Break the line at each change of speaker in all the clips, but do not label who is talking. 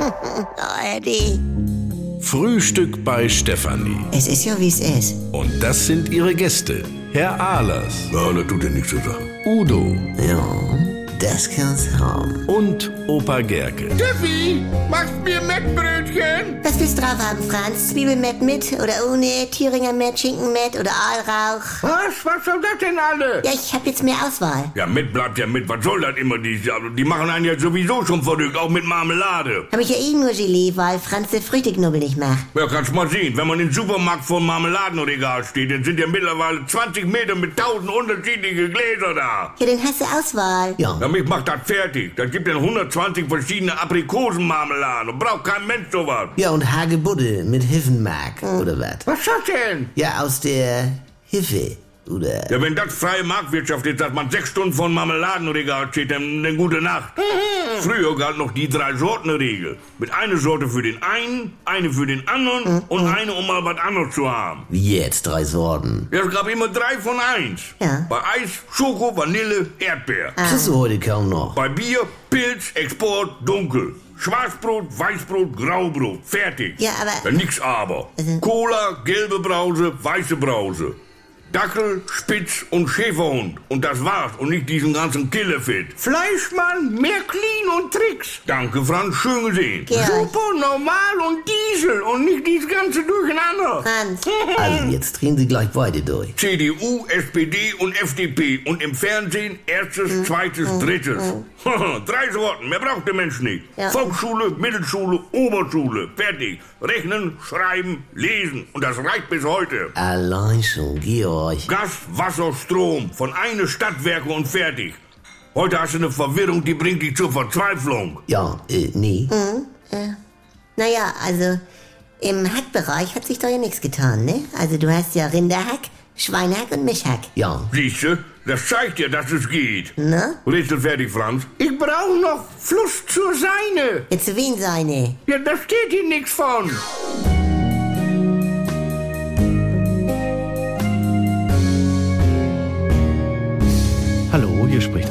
oh, Eddie.
Frühstück bei Stefanie.
Es ist ja, wie es ist.
Und das sind ihre Gäste. Herr Ahlers. Ja, das tut ja nichts zu sagen. Udo
Ja, das kann's haben.
und Opa Gerke.
Tiffy, machst mir Mettbrötchen?
Was willst du drauf haben, Franz? Zwiebelmett mit oder ohne, Thüringer Met, Schinkenmett oder Aalrauch?
Was? Was soll das denn alle?
Ja, ich hab jetzt mehr Auswahl.
Ja, mit bleibt ja mit. Was soll das immer? Die, die machen einen ja sowieso schon verrückt, auch mit Marmelade.
Hab ich ja eh nur Gelee, weil Franz der Früchteknubbel nicht macht.
Ja, kannst mal sehen. Wenn man im Supermarkt vor dem Marmeladenregal steht, dann sind ja mittlerweile 20 Meter mit 1000 unterschiedliche Gläser da.
Ja, dann hast du Auswahl.
Ja, mich macht das fertig. Das gibt dann 120 verschiedene Aprikosenmarmeladen. Und braucht kein Mensch sowas.
Ja, und Hagebudde mit Hiffenmark, oder was?
Hm. Was ist das denn?
Ja, aus der Hiffe, oder?
Ja, wenn das freie Marktwirtschaft ist, dass man sechs Stunden vor dem Marmeladenregal steht, dann, dann gute Nacht. Früher galt noch die Drei-Sorten-Regel. Mit einer Sorte für den einen, eine für den anderen und eine, um mal was anderes zu haben.
Wie jetzt, drei Sorten.
Ja, es gab immer drei von eins.
Ja.
Bei Eis, Schoko, Vanille, Erdbeer.
Kriegst du heute kaum noch.
Bei Bier, Pilz, Export, Dunkel. Schwarzbrot, Weißbrot, Graubrot. Fertig.
Ja, aber-
Ja, nix aber. Cola, gelbe Brause, weiße Brause. Dackel, Spitz und Schäferhund. Und das war's. Und nicht diesen ganzen Killefit. Fleischmann, mehr Clean und Tricks. Danke, Franz. Schön gesehen.
Georg.
Super, normal und Diesel. Und nicht dieses ganze Durcheinander.
Franz,
Hm.
Also, jetzt drehen sie gleich beide durch.
CDU, SPD und FDP und im Fernsehen erstes, zweites, drittes. Drei Sorten, mehr braucht der Mensch nicht.
Ja.
Volksschule, Mittelschule, Oberschule, fertig. Rechnen, schreiben, lesen und das reicht bis heute.
Allein schon, Georg.
Gas, Wasser, Strom, von einer Stadtwerke und fertig. Heute hast du eine Verwirrung, die bringt dich zur Verzweiflung.
Ja, äh, nee.
Hm.
naja, also im Hackbereich hat sich doch ja nichts getan, ne? Also du hast ja Rinderhack, Schweinehack und Mischhack.
Ja.
Siehst du, das zeigt dir, dass es geht.
Ne?
Rätsel fertig, Franz. Ich brauche noch Fluss zur Seine.
Jetzt zu wen seine?
Ja, da steht hier nichts von.
Hallo, hier spricht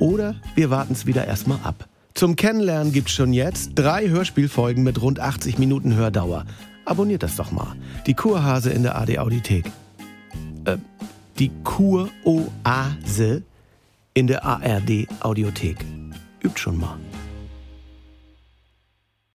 Oder wir warten es wieder erstmal ab. Zum Kennenlernen gibt's schon jetzt drei Hörspielfolgen mit rund 80 Minuten Hördauer. Abonniert das doch mal. Die Kurhase in der AD Audiothek. Äh, die Kuroase in der ARD Audiothek. Übt schon mal.